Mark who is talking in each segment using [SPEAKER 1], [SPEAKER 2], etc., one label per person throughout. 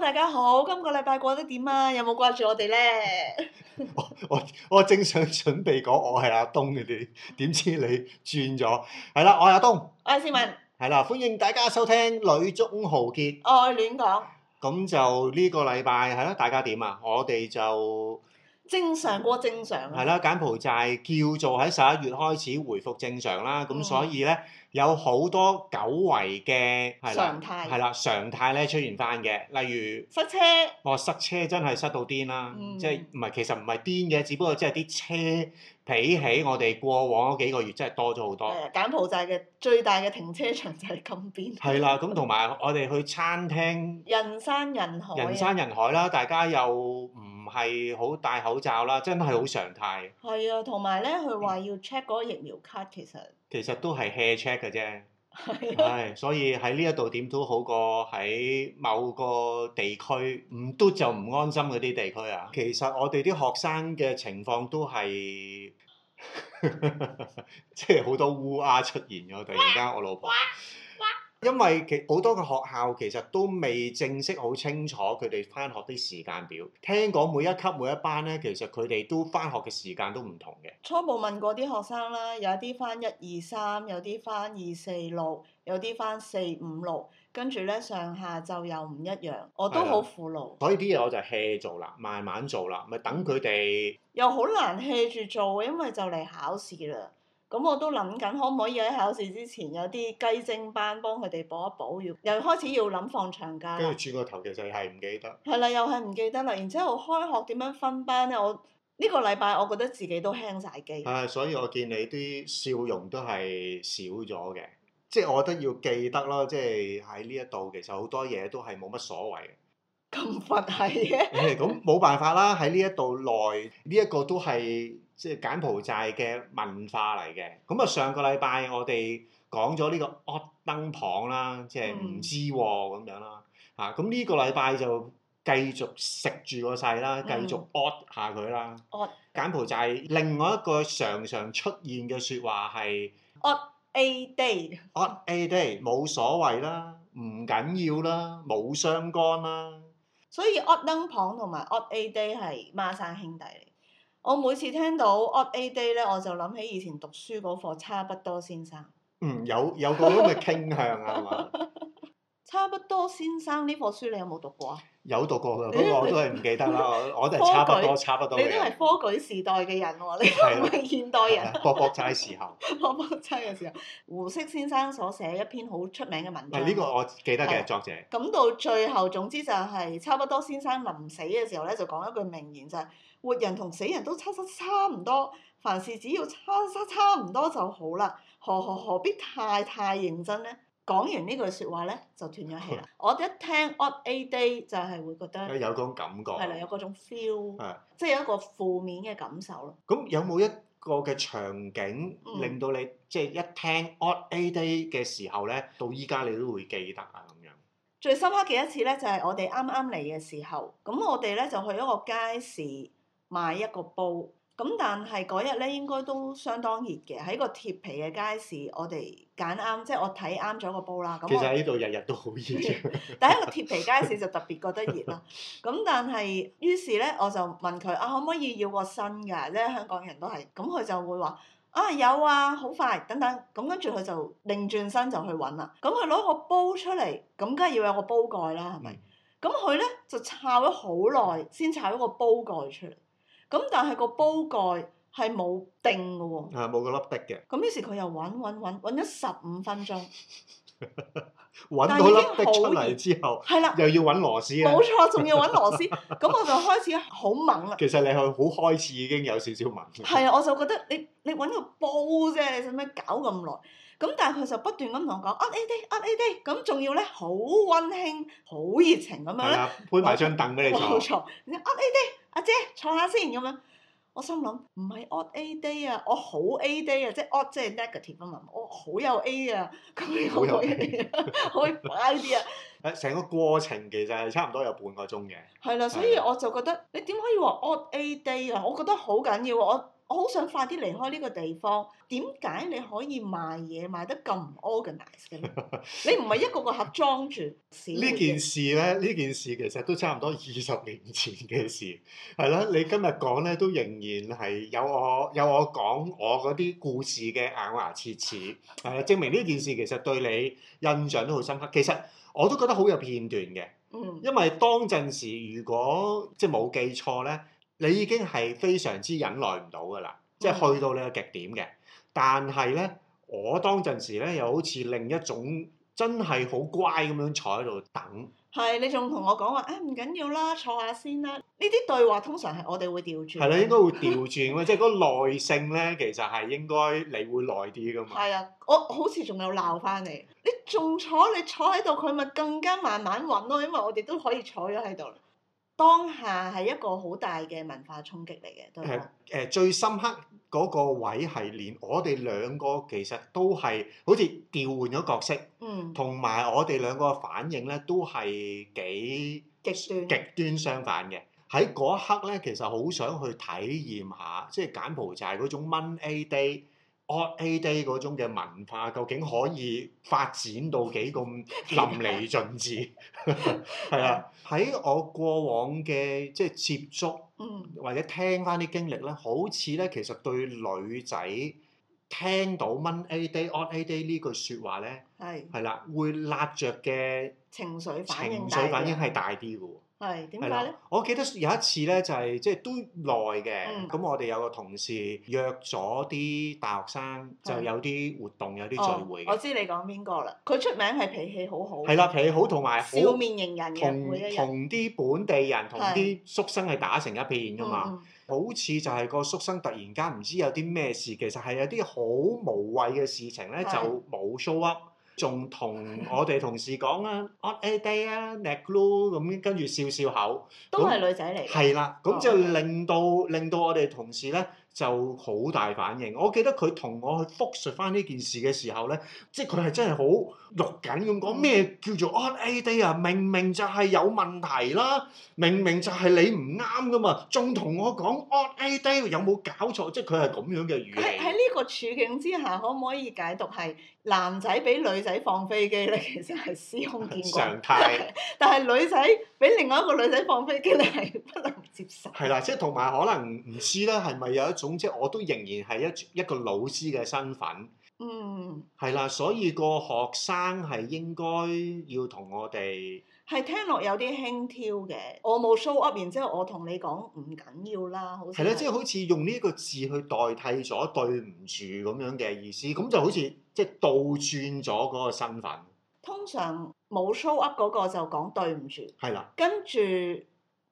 [SPEAKER 1] 大家好，今個禮拜過得點啊？有冇掛住我哋咧？
[SPEAKER 2] 我我正想準備講我係阿東嘅你， 點知你轉咗。係啦，我係阿東，
[SPEAKER 1] 我係思文，
[SPEAKER 2] 係啦，歡迎大家收聽《女中豪傑》。
[SPEAKER 1] 愛亂講，
[SPEAKER 2] 咁就呢個禮拜係啦，大家點啊？我哋就
[SPEAKER 1] 正常過正常
[SPEAKER 2] 係
[SPEAKER 1] 啊！
[SPEAKER 2] 啦，柬埔寨叫做喺十一月開始回復正常啦。咁
[SPEAKER 1] 嗯
[SPEAKER 2] 所以咧，有好多久違嘅係啦
[SPEAKER 1] 常，態
[SPEAKER 2] 係啦常態咧出現翻嘅，例如。
[SPEAKER 1] 塞車
[SPEAKER 2] 我哦塞車真係塞到癲啦！
[SPEAKER 1] 嗯
[SPEAKER 2] 即係唔係其實唔係癲嘅，只不過即係啲車比起我哋過往嗰幾個月真係多咗好多。
[SPEAKER 1] 誒，柬埔寨嘅最大嘅停車場就係金邊，
[SPEAKER 2] 係啦，咁同埋我哋去餐廳，
[SPEAKER 1] 人山人海啊，
[SPEAKER 2] 人山人海啦，大家又唔係好戴口罩啦，真係好常態。
[SPEAKER 1] 係啊，同埋咧，佢話要 check 嗰個疫苗卡，其實
[SPEAKER 2] 其實都係 hea check 嘅啫，
[SPEAKER 1] 係啊
[SPEAKER 2] 唉，所以喺呢一度點都好過喺某個地區唔嘟就唔安心嗰啲地區啊。其實我哋啲學生嘅情況都係 即係好多烏鴉出現咗，突然間我老婆。因為其好多嘅學校其實都未正式好清楚佢哋翻學啲時間表，聽講每一級每一班呢，其實佢哋都翻學嘅時間都唔同嘅。
[SPEAKER 1] 初步問過啲學生啦，有啲翻一二三，有啲翻二四六，有啲翻四五六，跟住咧上下就又唔一樣，我都
[SPEAKER 2] 係啦
[SPEAKER 1] 好苦惱。
[SPEAKER 2] 所以啲嘢我就 hea 做啦，慢慢做啦，咪等佢哋
[SPEAKER 1] 又好難 hea 住做，因為就嚟考試啦。咁我都諗緊，可唔可以喺考試之前有啲雞精班幫佢哋補一補，要又開始要諗放長假
[SPEAKER 2] 跟
[SPEAKER 1] 啦
[SPEAKER 2] 住。轉個頭其實係唔記得。
[SPEAKER 1] 係啦，又係唔記得啦。然之後開學點樣分班呢？我呢、個禮拜我覺得自己都輕晒機。
[SPEAKER 2] 啊，所以我見你啲笑容都係少咗嘅，即係我覺得要記得咯，即係喺呢一度其實好多嘢都係冇乜所謂嘅。
[SPEAKER 1] 咁佛係嘅，
[SPEAKER 2] 誒咁冇辦法啦，喺呢一度內呢一個都係即係柬埔寨嘅文化嚟嘅。咁啊，上個禮拜我哋講咗呢個惡燈旁啦，即係唔
[SPEAKER 1] 嗯
[SPEAKER 2] 知喎咁樣啦。啊，咁呢個禮拜就繼續食住個勢啦，繼續惡下佢啦。
[SPEAKER 1] 惡
[SPEAKER 2] 柬埔寨另外一個常常出現嘅説話係
[SPEAKER 1] A day
[SPEAKER 2] 惡 A day 冇所謂啦，唔緊要啦，冇相干啦。
[SPEAKER 1] 所以 odd 燈旁同埋 odd A day 係孖生兄弟嚟。我每次聽到 odd A day 呢，我就諗起以前讀書嗰課差不多先生。
[SPEAKER 2] 嗯，有有個咁嘅傾向啊係嘛。
[SPEAKER 1] 差不多先生呢課書你有冇讀過啊？
[SPEAKER 2] 有讀過㗎，
[SPEAKER 1] 你
[SPEAKER 2] 不過我都係唔記得啦。我我都係差不
[SPEAKER 1] 科舉
[SPEAKER 2] 多，差不多
[SPEAKER 1] 你
[SPEAKER 2] 嘅
[SPEAKER 1] 都係
[SPEAKER 2] 人。
[SPEAKER 1] 科舉時代嘅人喎，
[SPEAKER 2] 係
[SPEAKER 1] 你
[SPEAKER 2] 啊
[SPEAKER 1] 唔係啊現代人。
[SPEAKER 2] 博博齋時候，
[SPEAKER 1] 我幫差嘅時候，胡適先生所寫一篇好出名嘅文
[SPEAKER 2] 嗱
[SPEAKER 1] 章。
[SPEAKER 2] 呢個我記得
[SPEAKER 1] 係
[SPEAKER 2] 嘅作者。
[SPEAKER 1] 咁到最後，總之就係差不多先生臨死嘅時候咧，就講一句名言就係、活人同死人都差差差唔多，凡事只要差差差唔多就好啦，何何何必太太認真呢？講完呢句説話咧，就斷咗氣啦。我一聽 odd A day 就係會覺得
[SPEAKER 2] 有嗰種感覺。
[SPEAKER 1] 係啦，有嗰種 feel。
[SPEAKER 2] 係
[SPEAKER 1] 即係有一個負面嘅感受咯。
[SPEAKER 2] 咁有冇一個嘅場景
[SPEAKER 1] 嗯
[SPEAKER 2] 令到你即係一聽 odd a day 嘅時候咧，到依家你都會記得啊咁樣？
[SPEAKER 1] 最深刻嘅一次咧，就係、我哋啱啱嚟嘅時候，咁我哋咧就去一個街市買一個煲，咁但係嗰日咧應該都相當熱嘅，喺個鐵皮嘅街市，我哋揀啱，即係我睇啱咗個煲啦。咁
[SPEAKER 2] 其實喺
[SPEAKER 1] 我
[SPEAKER 2] 呢度日日都好 熱嘅。
[SPEAKER 1] 但係一個鐵皮街市就特別覺得熱啦。咁但係於是咧，我就問佢啊，可唔可以要個新㗎？咧香港人都係，咁佢就會話。啊有啊，好快等等，咁跟住佢就擰轉身就去揾啦。咁佢攞個煲出嚟，咁梗係要有個煲蓋啦，係咪？咁佢咧就炒咗好耐，先炒咗個煲蓋出嚟。咁但係個煲蓋係冇定嘅喎。
[SPEAKER 2] 啊，冇個粒滴嘅，
[SPEAKER 1] 咁於是佢又揾揾揾揾咗十五分鐘，
[SPEAKER 2] 揾
[SPEAKER 1] 但
[SPEAKER 2] 到
[SPEAKER 1] 係已
[SPEAKER 2] 粒
[SPEAKER 1] 經
[SPEAKER 2] 滴
[SPEAKER 1] 好
[SPEAKER 2] 出
[SPEAKER 1] 熱
[SPEAKER 2] 嚟之後，
[SPEAKER 1] 係啦，
[SPEAKER 2] 又要揾螺絲啊
[SPEAKER 1] 冇。錯，仲要揾螺 絲。咁我就開始好猛啦。
[SPEAKER 2] 其實你係好開始已經有少少問。
[SPEAKER 1] 係啊，我就覺得你你揾個煲啫，你使咩搞咁耐？咁但係佢就不斷咁同我講 up A day up A day，咁仲要咧好温馨、好熱情咁樣
[SPEAKER 2] 係
[SPEAKER 1] 咧。
[SPEAKER 2] 啦，搬埋張凳俾你
[SPEAKER 1] 啊冇
[SPEAKER 2] 坐。
[SPEAKER 1] 錯，你 odd A day，阿姐坐下先咁樣。我心諗唔係 odd A day 啊，我好 A day 啊，即係 odd 即係 negative 啊嘛，我好有 A 啊，咁你可唔可以啊可以快啲啊？
[SPEAKER 2] 誒，成個過程其實係差唔多有半個鐘嘅。
[SPEAKER 1] 係啦，所以我就覺得你點可以話 odd A day 啊？我覺得好緊要啊，我我好想快啲離開呢個地方。點解你可以賣嘢賣得咁唔 organize 嘅咧？你唔係一個個盒裝住。
[SPEAKER 2] 呢
[SPEAKER 1] 呢
[SPEAKER 2] 件事咧，呢件事其實都差唔多二十年前嘅事，係啦。你今日講咧，都仍然係有我有我講我嗰啲故事嘅咬牙切齒，係啦，證明呢件事其實對你印象都好深刻。其實我都覺得好有片段嘅，
[SPEAKER 1] 嗯
[SPEAKER 2] 因為當陣時如果即係冇記錯咧，你已經係非常之忍耐唔到㗎啦，即係
[SPEAKER 1] 嗯
[SPEAKER 2] 去到你嘅極點嘅。但係咧，我當陣時咧又好似另一種真係好乖咁樣坐喺度等。
[SPEAKER 1] 係你仲同我講話，誒唔緊要啦，坐下先啦。呢啲對話通常係我哋會調轉。
[SPEAKER 2] 係啦，應該會調轉嘅，即係嗰個耐性咧，其實係應該你會耐啲噶嘛。
[SPEAKER 1] 係啊，我我好似仲有鬧翻你，你仲坐你坐喺度，佢咪更加慢慢揾咯，因為我哋都可以坐咗喺度啦。當下係一個好大嘅文化衝擊嚟嘅，對
[SPEAKER 2] 係
[SPEAKER 1] 我。
[SPEAKER 2] 誒、最深刻嗰個位係連我哋兩個其實都係好似調換咗角色，
[SPEAKER 1] 嗯，
[SPEAKER 2] 同埋我哋兩個嘅反應咧都係幾
[SPEAKER 1] 極端。
[SPEAKER 2] 極端相反嘅。喺嗰一刻咧，其實好想去體驗下，即係柬埔寨嗰種 Mon A Day、Odd A Day 嗰種嘅文化，究竟可以發展到幾咁淋漓盡致？係啦，喺我過往嘅即係接觸
[SPEAKER 1] 嗯
[SPEAKER 2] 或者聽翻啲經歷咧，好似咧其實對女仔聽到 Mon A Day、Odd A Day 呢句説話咧，
[SPEAKER 1] 係
[SPEAKER 2] 係啦，會辣着嘅
[SPEAKER 1] 情緒反應
[SPEAKER 2] 情
[SPEAKER 1] 大啊
[SPEAKER 2] 緒反應
[SPEAKER 1] 嘅。
[SPEAKER 2] 係大啲嘅喎。
[SPEAKER 1] 係點
[SPEAKER 2] 係
[SPEAKER 1] 解
[SPEAKER 2] 啦
[SPEAKER 1] 咧？，
[SPEAKER 2] 我記得有一次咧，就係即係都耐嘅。
[SPEAKER 1] 嗯
[SPEAKER 2] 咁、我哋有個同事約咗啲大學生，
[SPEAKER 1] 係
[SPEAKER 2] 就有啲活動，有啲聚
[SPEAKER 1] 哦
[SPEAKER 2] 會，
[SPEAKER 1] 我
[SPEAKER 2] 嘅。
[SPEAKER 1] 知你講邊個啦。佢出名係脾氣好好，
[SPEAKER 2] 係啦、脾氣好同埋好
[SPEAKER 1] 笑面迎人嘅
[SPEAKER 2] 同
[SPEAKER 1] 每一日。
[SPEAKER 2] 同啲本地人同
[SPEAKER 1] 係
[SPEAKER 2] 啲宿生係打成一片噶嘛。
[SPEAKER 1] 嗯
[SPEAKER 2] 好似就係個宿生突然間唔知有啲咩事，其實係有啲好無謂嘅事情咧，就
[SPEAKER 1] 係
[SPEAKER 2] 冇 show up，仲同我哋同事講啊，odd a day 啊 n e c l u 咁，跟住笑笑口。
[SPEAKER 1] 嗯都係女仔嚟嘅。
[SPEAKER 2] 係啦，咁
[SPEAKER 1] 哦
[SPEAKER 2] 就
[SPEAKER 1] OK
[SPEAKER 2] 令到令到我哋同事咧就好大反應。我記得佢同我去復述翻呢件事嘅時候咧，即係佢係真係好錄緊咁講
[SPEAKER 1] 嗯
[SPEAKER 2] 咩叫做 on A day 啊？明明就係有問題啦，明明就係你唔啱噶嘛，仲同我講 on A day 有冇搞錯？即係佢係咁樣嘅語
[SPEAKER 1] 喺喺
[SPEAKER 2] 氣。
[SPEAKER 1] 呢個處境之下，可唔可以解讀係男仔俾女仔放飛機咧？ 其實係司空見慣
[SPEAKER 2] 常態，
[SPEAKER 1] 但係女仔俾另外一個女仔放飛機，你係不能接受。
[SPEAKER 2] 係啦，即係同埋可能唔知咧，係咪有一種即係我都仍然係一一個老師嘅身份。
[SPEAKER 1] 嗯，
[SPEAKER 2] 係啦，所以個學生係應該要同我哋
[SPEAKER 1] 係聽落有啲輕佻嘅。我冇 show up，然之後我同你講唔緊要啦，好似
[SPEAKER 2] 係啦，即係好似用呢個字去代替咗對唔住咁樣嘅意思，咁就好似即係倒轉咗嗰個身份，
[SPEAKER 1] 通常冇 show up 嗰個就講對唔住，
[SPEAKER 2] 係啦，
[SPEAKER 1] 跟住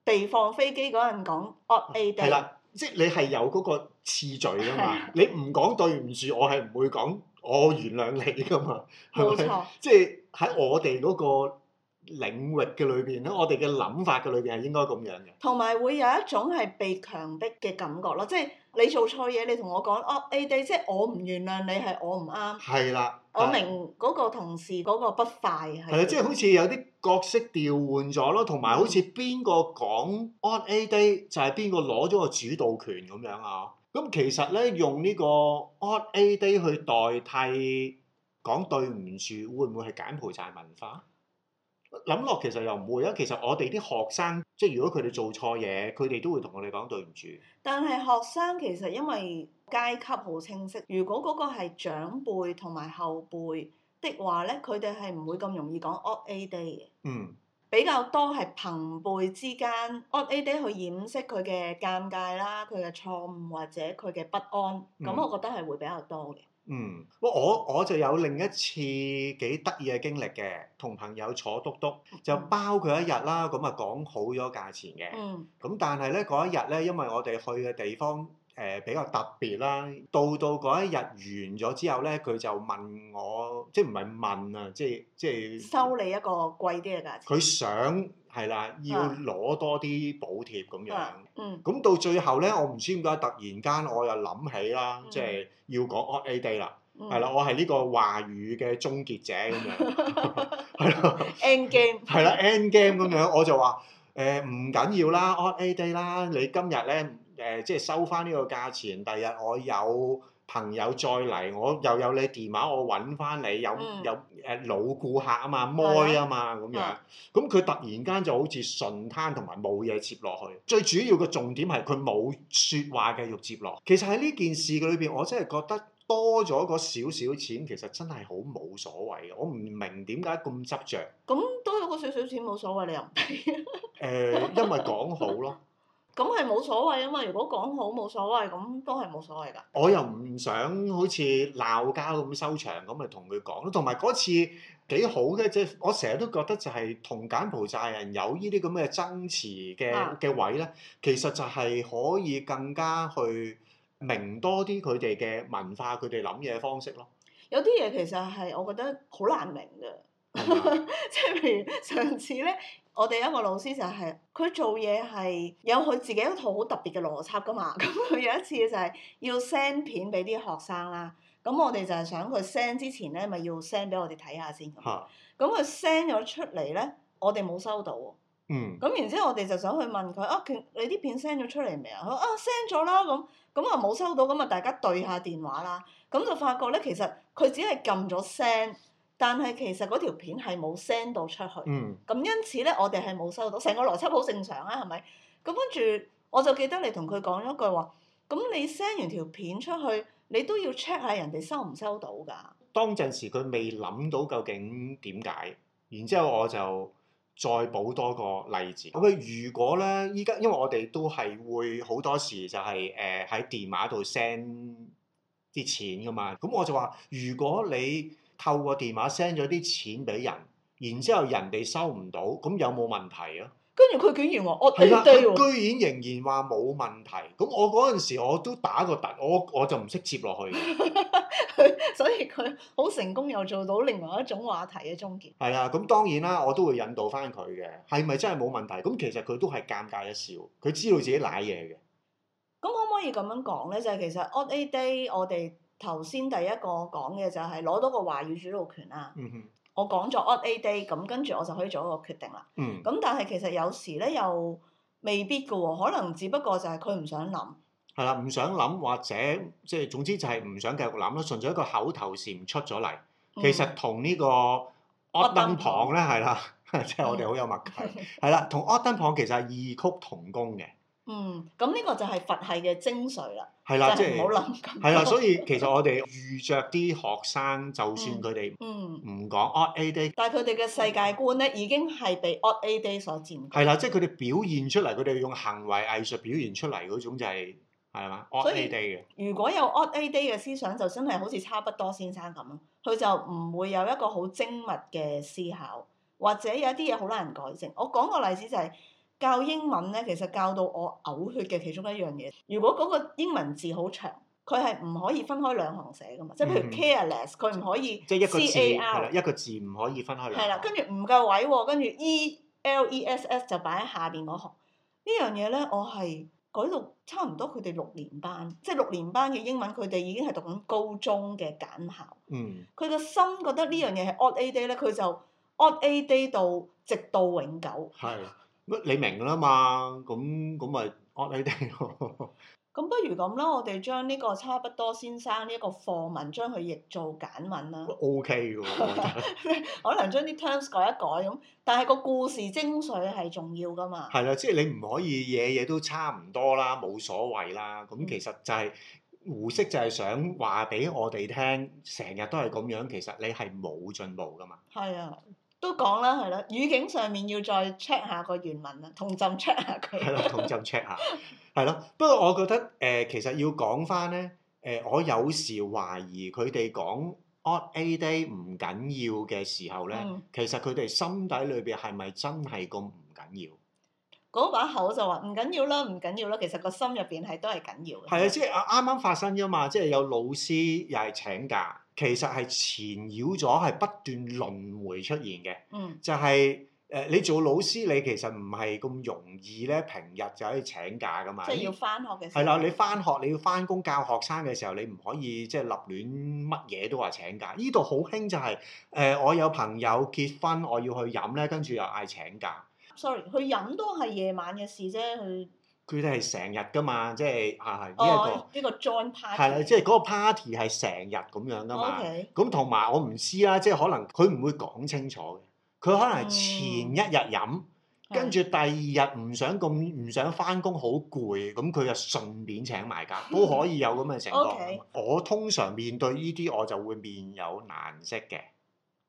[SPEAKER 1] 被放飛機嗰陣講 odd a
[SPEAKER 2] 係
[SPEAKER 1] day。
[SPEAKER 2] 啦，即係你係有嗰個次序噶
[SPEAKER 1] 係，
[SPEAKER 2] 嘛你唔講對唔住，我係唔會講我原諒你噶 嘛，
[SPEAKER 1] 冇
[SPEAKER 2] 係咪？
[SPEAKER 1] 錯，
[SPEAKER 2] 即係喺我哋嗰個領域嘅裏邊咧，我哋嘅諗法嘅裏邊係應該咁樣嘅。
[SPEAKER 1] 同埋會有一種係被強迫嘅感覺咯，即係你做錯嘢，你同我講哦，A D，即係我唔原諒你係我唔啱，
[SPEAKER 2] 係啦，
[SPEAKER 1] 我
[SPEAKER 2] 啊
[SPEAKER 1] 明嗰個同事嗰個不快係。啊
[SPEAKER 2] 係啦，啊即係好似有啲角色調換咗咯，同埋好似邊個講 on A day 就係邊個攞咗個主導權咁樣啊。咁其實咧，用呢個 on A day 去代替講對唔住，會唔會係柬埔寨文化？諗落其實又唔會啊。其實我哋啲學生，即係如果佢哋做錯嘢，佢哋都會同我哋講對唔住。
[SPEAKER 1] 但係學生其實因為階級好清晰，如果嗰個係長輩同埋後輩的話咧，佢哋係唔會咁容易講 odd A day 嘅，
[SPEAKER 2] 嗯，
[SPEAKER 1] 比較多係朋輩之間 odd A day 去掩飾佢嘅尷尬啦、佢嘅錯誤或者佢嘅不安，咁、
[SPEAKER 2] 嗯
[SPEAKER 1] 我覺得係會比較多嘅。
[SPEAKER 2] 嗯，我我我就有另一次幾得意嘅經歷嘅，同朋友坐嘟嘟就包佢一日啦，咁啊講好咗價錢嘅。
[SPEAKER 1] 嗯
[SPEAKER 2] 咁但係咧嗰一日咧，因為我哋去嘅地方誒、呃比較特別啦，到到嗰一日完咗之後咧，佢就問我，即係唔係問啊，即係即係
[SPEAKER 1] 收你一個貴啲嘅價錢。
[SPEAKER 2] 佢想係啦，要
[SPEAKER 1] 啊
[SPEAKER 2] 攞多啲補貼咁樣。
[SPEAKER 1] 啊嗯
[SPEAKER 2] 咁到最後咧，我唔知點解突然間我又諗起啦，
[SPEAKER 1] 嗯
[SPEAKER 2] 即係要講 odd a day 啦。
[SPEAKER 1] 嗯
[SPEAKER 2] 係啦，我係呢個話語嘅終結者咁樣，係啦，
[SPEAKER 1] ，end game
[SPEAKER 2] 係啦，end game 咁樣，我就話誒唔緊要啦，odd a day 啦，你今日咧誒即係收翻呢個價錢，第日我有朋友再嚟，我又有你電話，我揾翻你，有、
[SPEAKER 1] 嗯
[SPEAKER 2] 有誒老顧客啊嘛，
[SPEAKER 1] 係
[SPEAKER 2] 妹
[SPEAKER 1] 啊
[SPEAKER 2] 啊嘛咁樣
[SPEAKER 1] 啊，
[SPEAKER 2] 咁佢突然間就好似順攤同埋冇嘢接落去，最主要嘅重點係佢冇説話繼續接落。其實喺呢件事嘅裏邊，我真係覺得。多咗嗰少少錢，其實真係好冇所謂嘅。我唔明點解咁執着。
[SPEAKER 1] 咁都有個少少錢冇所謂，你又唔俾，
[SPEAKER 2] 誒、呃因為講好咯，
[SPEAKER 1] 咁係冇所謂啊嘛。如果講好冇所謂，咁都係冇所謂㗎。
[SPEAKER 2] 我又唔想好似鬧交咁收場，咁咪同佢講咯。同埋嗰次幾好嘅，即係我成日都覺得就係同柬埔寨人有呢啲咁嘅爭持嘅
[SPEAKER 1] 啊
[SPEAKER 2] 嘅位咧，其實就係可以更加去明多啲佢哋嘅文化，佢哋諗嘢方式咯。
[SPEAKER 1] 有啲嘢其實係我覺得好難明嘅。
[SPEAKER 2] 係啊嘛
[SPEAKER 1] 即係譬如上次咧，我哋有一個老師就係、佢做嘢係有佢自己一套好特別嘅邏輯噶嘛。咁佢有一次就係要 send 片俾啲學生啦。咁我哋就係想佢 send 之前咧，咪要 send 俾我哋睇下先咁。咁
[SPEAKER 2] 嚇，
[SPEAKER 1] 佢 send 咗出嚟咧，我哋冇收到喎。
[SPEAKER 2] 嗯，
[SPEAKER 1] 咁然之後我哋就想去問佢啊，佢你啲片 send 咗出嚟未啊？佢話啊 send 咗啦咁，咁啊冇收到，咁啊大家對下電話啦，咁就發覺咧其實佢只係撳咗 send，但係其實嗰條片係冇 send 到出去，
[SPEAKER 2] 嗯，
[SPEAKER 1] 咁因此咧我哋係冇收到，成個邏輯好正常啊，係咪？咁跟住我就記得你同佢講咗句話，咁你 send 完條片出去，你都要 check 下人哋收唔收到㗎。
[SPEAKER 2] 當陣時佢未諗到究竟點解，然之後我就再補多個例子。喂，如果咧依家，因為我哋都係會好多時就係誒喺電話度 send 啲錢噶嘛，咁我就話如果你透過電話 send 咗啲錢俾人，然之後人哋收唔到，咁有冇問題啊？
[SPEAKER 1] 跟住佢竟然話我對
[SPEAKER 2] 係啦，
[SPEAKER 1] 對喎，
[SPEAKER 2] 佢居然仍然話冇問題，咁我嗰陣時我都打個突，我我就唔識接落去嘅。
[SPEAKER 1] 所以佢好成功又做到另外一種話題嘅終結。
[SPEAKER 2] 係啊，咁當然啦，我都會引導翻佢嘅，係咪真係冇問題？咁其實佢都係尷尬一笑，佢知道自己賴嘢嘅。
[SPEAKER 1] 咁可唔可以咁樣講咧？就係、其實 odd a day，我哋頭先第一個講嘅就係攞到個話語主導權啦。
[SPEAKER 2] 嗯哼，
[SPEAKER 1] 我講咗 odd a day，咁跟住我就可以做一個決定啦。
[SPEAKER 2] 嗯，
[SPEAKER 1] 咁但係其實有時咧又未必嘅喎，可能只不過就係佢唔想諗。
[SPEAKER 2] 係啦，唔想諗或者即係總之就係唔想繼續諗啦，純粹一個口頭禪出咗嚟。
[SPEAKER 1] 嗯
[SPEAKER 2] 其實同呢個
[SPEAKER 1] 安
[SPEAKER 2] 安
[SPEAKER 1] 登
[SPEAKER 2] 登
[SPEAKER 1] 蚌
[SPEAKER 2] 蚌咧係啦， 即係我哋好有默 契。係啦，同安登蚌其實係異曲同工嘅。
[SPEAKER 1] 嗯，咁呢個就係佛系嘅精髓啦，
[SPEAKER 2] 係
[SPEAKER 1] 就
[SPEAKER 2] 啦，即
[SPEAKER 1] 係唔好
[SPEAKER 2] 係
[SPEAKER 1] 諗咁多。
[SPEAKER 2] 係啦，所以其實我哋遇着啲學生，就算佢哋
[SPEAKER 1] 嗯，
[SPEAKER 2] 唔講哦 o A day。
[SPEAKER 1] 但係佢哋嘅世界觀咧已經係被 odd a day 所佔據。
[SPEAKER 2] 係啦，即係佢哋表現出嚟，佢哋用行為藝術表現出嚟嗰種就係係嘛
[SPEAKER 1] 所
[SPEAKER 2] ，odd
[SPEAKER 1] 以
[SPEAKER 2] a day 嘅，
[SPEAKER 1] 如果有 odd a day 嘅思想，就真係好似差不多先生咁咯，佢就唔會有一個好精密嘅思考，或者有一啲嘢好難改正。我講個例子就係、教英文咧，其實教到我嘔血嘅其中一樣嘢。如果嗰個英文字好長，佢係唔可以分開兩行寫噶嘛，即係譬如
[SPEAKER 2] 嗯
[SPEAKER 1] careless，佢唔可以
[SPEAKER 2] 即係一個字
[SPEAKER 1] C A
[SPEAKER 2] 係啦，
[SPEAKER 1] R，
[SPEAKER 2] 一個字唔可以分開兩行。
[SPEAKER 1] 係啦，跟住唔夠位喎，跟住 E L E S S 就擺喺下邊嗰行。呢樣嘢咧，我係改到差唔多佢哋六年班，即係六年班嘅英文，佢哋已經係讀緊高中嘅簡校。
[SPEAKER 2] 嗯
[SPEAKER 1] 佢個心覺得呢樣嘢係 odd a day 咧，佢就 odd a day 到直到永久。
[SPEAKER 2] 係乜你明㗎啦嘛？咁咁咪 odd a day 咯。
[SPEAKER 1] 咁不如咁啦，我哋將呢個差不多先生呢一個課文，將佢譯做簡文啦，
[SPEAKER 2] O K 嘅喎，我覺得
[SPEAKER 1] 可能將啲 terms 改一改咁，但係個故事精髓係重要噶嘛。
[SPEAKER 2] 係啦，即係你唔可以嘢嘢都差唔多啦，冇所謂啦。咁其實就係胡適就係想話俾我哋聽，成日都係咁樣，其實你係冇進步噶嘛。
[SPEAKER 1] 係啊，都講啦，係啦，語境上面要再 check 下個原文啦，啊同浸 check 下
[SPEAKER 2] 係啊
[SPEAKER 1] 佢。
[SPEAKER 2] 啦，同針 check 下，係咯。不過我覺得誒、呃其實要講翻咧，誒、我有時懷疑佢哋講 odd a day 唔緊要嘅時候咧，
[SPEAKER 1] 嗯
[SPEAKER 2] 其實佢哋心底裏邊係咪真係咁唔緊要？
[SPEAKER 1] 嗰把口就話唔緊要啦，唔緊要啦，其實個心入邊係都係緊要嘅。
[SPEAKER 2] 係啊，即係啱啱發生啫嘛，即係有老師又係請假，其實係纏繞咗，係不斷輪迴出現嘅。
[SPEAKER 1] 嗯
[SPEAKER 2] 就係、呃你做老師，你其實唔係咁容易咧，平日就可以請假噶嘛。
[SPEAKER 1] 即係
[SPEAKER 2] 呢
[SPEAKER 1] 要翻學嘅時候。
[SPEAKER 2] 啊係啦，你翻學你要翻工教學生嘅時候，你唔可以即係立亂乜嘢都話請假。呢度好興就係、誒、我有朋友結婚，我要去飲咧，跟住又嗌請假。
[SPEAKER 1] sorry，佢飲都係夜晚嘅事啫，佢
[SPEAKER 2] 佢哋係成日噶嘛，即係啊呢一個
[SPEAKER 1] 哦，呢個 join
[SPEAKER 2] 係啦，
[SPEAKER 1] party。哦
[SPEAKER 2] 即係嗰個 party 係成日咁樣噶
[SPEAKER 1] O
[SPEAKER 2] 嘛。
[SPEAKER 1] K。
[SPEAKER 2] 咁同埋我唔知啦，即係可能佢唔會講清楚嘅，佢可能係前一日飲，
[SPEAKER 1] 嗯
[SPEAKER 2] 跟住第二日唔想咁唔想翻工好攰，咁佢就順便請埋假，都可以有咁嘅情況。
[SPEAKER 1] OK
[SPEAKER 2] 我通常面對呢啲我就會面有難色嘅。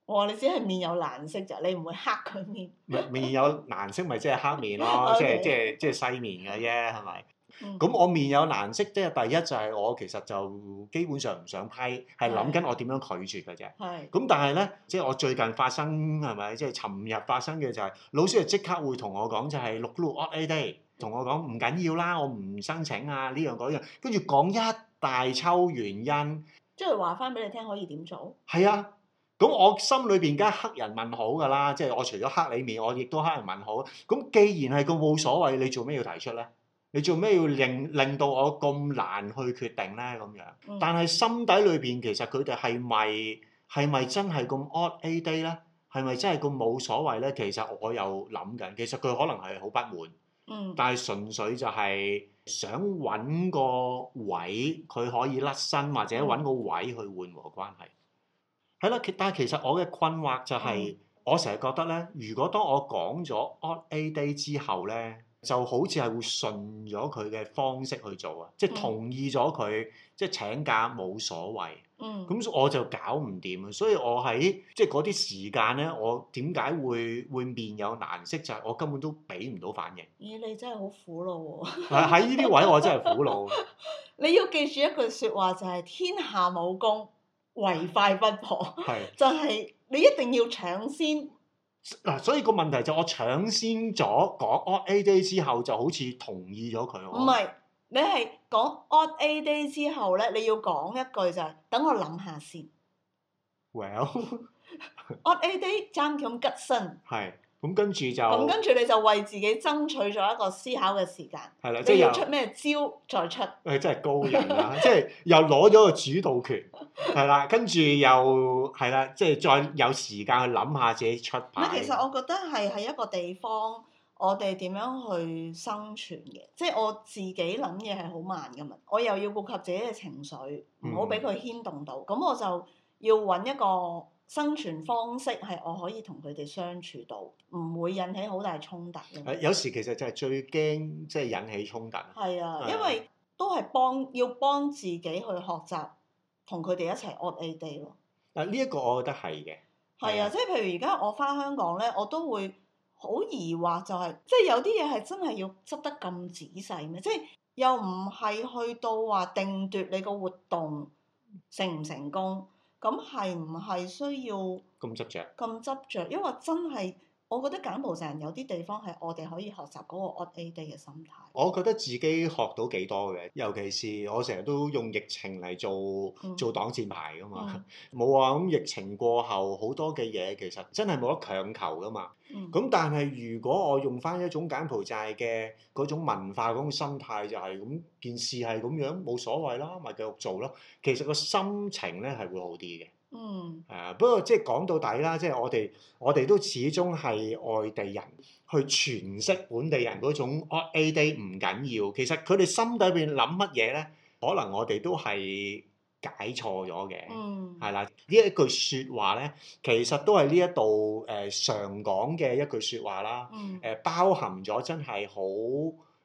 [SPEAKER 1] 我話你只係面有難色咋，你唔會黑佢面。，
[SPEAKER 2] 咪面有難色，咪即係黑面咯即係
[SPEAKER 1] Okay.
[SPEAKER 2] 即係即係西面嘅啫，係咪？
[SPEAKER 1] 嗯
[SPEAKER 2] 咁我面有難色，即係第一就係我其實就基本上唔想批，係諗緊我點樣拒絕嘅啫。
[SPEAKER 1] 係
[SPEAKER 2] 咁但係咧，即係我最近發生係咪？即係尋日發生嘅就係、老師就即刻會同我講就係六六 odd a day，同我講唔緊要啦，我唔申請啊呢樣嗰樣，跟住講一大抽原因。
[SPEAKER 1] 即係話翻俾你聽可以點做。
[SPEAKER 2] 係啊，咁我心裏邊梗係黑人問號㗎啦，即係我除咗黑你面，我亦都黑人問號。咁既然係咁冇所謂，你做咩要提出咧？你做咩要令令到我咁難去決定咧？咁樣，
[SPEAKER 1] 嗯
[SPEAKER 2] 但係心底裏邊其實佢哋係咪係咪真係咁 odd a day 咧？係咪真係咁冇所謂咧？其實我又諗緊，其實佢可能係好不滿，
[SPEAKER 1] 嗯
[SPEAKER 2] 但係純粹就係想揾個位佢可以甩身，或者揾個位去緩和關係。係啦，其但係其實我嘅困惑就係、我成日覺得咧，如果當我講咗 odd a day 之後咧，就好似係會順咗佢嘅方式去做啊，即係
[SPEAKER 1] 嗯
[SPEAKER 2] 同意咗佢，即係請假冇所謂。
[SPEAKER 1] 嗯。
[SPEAKER 2] 咁我就搞唔掂啊！所以我喺即係嗰啲時間咧，我點解會會面有難色？就係、我根本都俾唔到反應。
[SPEAKER 1] 咦，你真係好苦惱喎！
[SPEAKER 2] 嗱喺呢啲位我真係苦惱。
[SPEAKER 1] 你要記住一句説話就係、天下武功，唯快不破。
[SPEAKER 2] 係
[SPEAKER 1] 就係你一定要搶先，
[SPEAKER 2] 嗱，所以個問題就我搶先咗講 o A Day 之後，就好似同意咗佢喎。
[SPEAKER 1] 唔係你係講 odd a day 之後咧，你要講一句就係、等我諗下 先。
[SPEAKER 2] ，well
[SPEAKER 1] odd a day 爭咁吉身，
[SPEAKER 2] 係咁跟住就
[SPEAKER 1] 咁跟住你就為自己爭取咗一個思考嘅時間。
[SPEAKER 2] 係啦，即係
[SPEAKER 1] 你
[SPEAKER 2] 又
[SPEAKER 1] 要出咩招再出？
[SPEAKER 2] 誒真係高人啦，即係又攞咗個主導權係啦，跟住又係啦，即係再有時間去諗下自己出
[SPEAKER 1] 唔係，
[SPEAKER 2] 牌。
[SPEAKER 1] 其實我覺得係喺一個地方，我哋點樣去生存嘅，即係我自己諗嘢係好慢噶嘛，我又要顧及自己嘅情緒，唔好
[SPEAKER 2] 嗯
[SPEAKER 1] 俾佢牽動到，咁、我就要揾一個生存方式係我可以同佢哋相處到，唔會引起好大衝突嘅。
[SPEAKER 2] 誒有時其實就係最驚即係引起衝突。
[SPEAKER 1] 係啊，
[SPEAKER 2] 係
[SPEAKER 1] 因為都係幫要幫自己去學習，同佢哋一齊 odd a day 咯。
[SPEAKER 2] 嗱呢一個我覺得係嘅，
[SPEAKER 1] 係
[SPEAKER 2] 係啊
[SPEAKER 1] 啊，即係譬如而家我翻香港咧，我都會好疑惑、就係即係有啲嘢係真係要執得咁仔細咩？即係又唔係去到話定奪你個活動成唔成功，咁係唔係需要
[SPEAKER 2] 咁執着。
[SPEAKER 1] 咁執着？因為真係我覺得柬埔寨人有啲地方係我哋可以學習嗰個 odd a day 嘅心態。
[SPEAKER 2] 我覺得自己學到幾多嘅，尤其是我成日都用疫情嚟做、
[SPEAKER 1] 嗯
[SPEAKER 2] 做擋箭牌噶嘛
[SPEAKER 1] 嗯。
[SPEAKER 2] 冇啊、咁疫情過後好多嘅嘢其實真係冇得強求噶嘛。
[SPEAKER 1] 嗯
[SPEAKER 2] 咁但係如果我用翻一種柬埔寨嘅嗰種文化嗰種心態、就係咁件事係咁樣冇所謂啦，咪繼續做啦。其實個心情咧係會好啲嘅。
[SPEAKER 1] 嗯
[SPEAKER 2] 誒、啊不過即係講到底啦，即係我哋我哋都始終係外地人去詮釋本地人嗰種 odd a day 唔緊要，其實佢哋心底邊諗乜嘢咧，可能我哋都係解錯咗嘅。
[SPEAKER 1] 嗯
[SPEAKER 2] 係啦，呢一句説話咧，其實都係呢一度誒常講嘅一句説話啦。
[SPEAKER 1] 嗯
[SPEAKER 2] 誒、包含咗真係好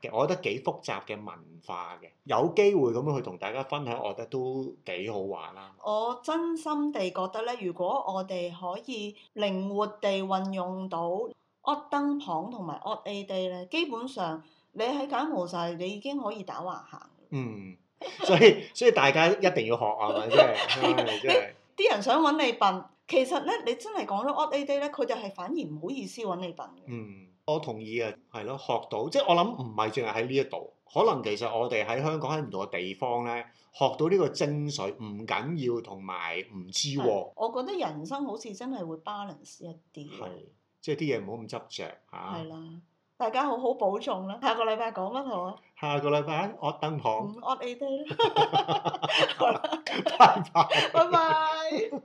[SPEAKER 2] 嘅，我覺得幾複雜嘅文化嘅。有機會咁樣去同大家分享，我覺得都幾好玩啦。
[SPEAKER 1] 我真心地覺得咧，如果我哋可以靈活地運用到 odd 燈旁同埋 odd a day 咧，基本上你喺柬埔寨你已經可以打橫行。
[SPEAKER 2] 嗯，所以所以大家一定要學啊，係咪真係唉真係
[SPEAKER 1] 啲人想揾你笨，其實咧你真係講咗 odd a day 咧，佢哋係反而唔好意思揾你笨嘅。
[SPEAKER 2] 嗯，我同意啊，係咯，學到即係我諗唔係淨係喺呢一度，可能其實我哋喺香港喺唔同嘅地方咧，學到呢個精髓唔緊要，同埋唔知喎，
[SPEAKER 1] 我覺得人生好似真係會 balance 一啲。
[SPEAKER 2] 係即係啲嘢唔好咁執着啊嚇
[SPEAKER 1] 係。啦，大家好好保重啦。下個禮拜講乜好啊？
[SPEAKER 2] 下個禮拜我登堂，
[SPEAKER 1] 嗯 odd a day 啦。好啦，
[SPEAKER 2] 拜
[SPEAKER 1] 拜
[SPEAKER 2] 拜。
[SPEAKER 1] 拜。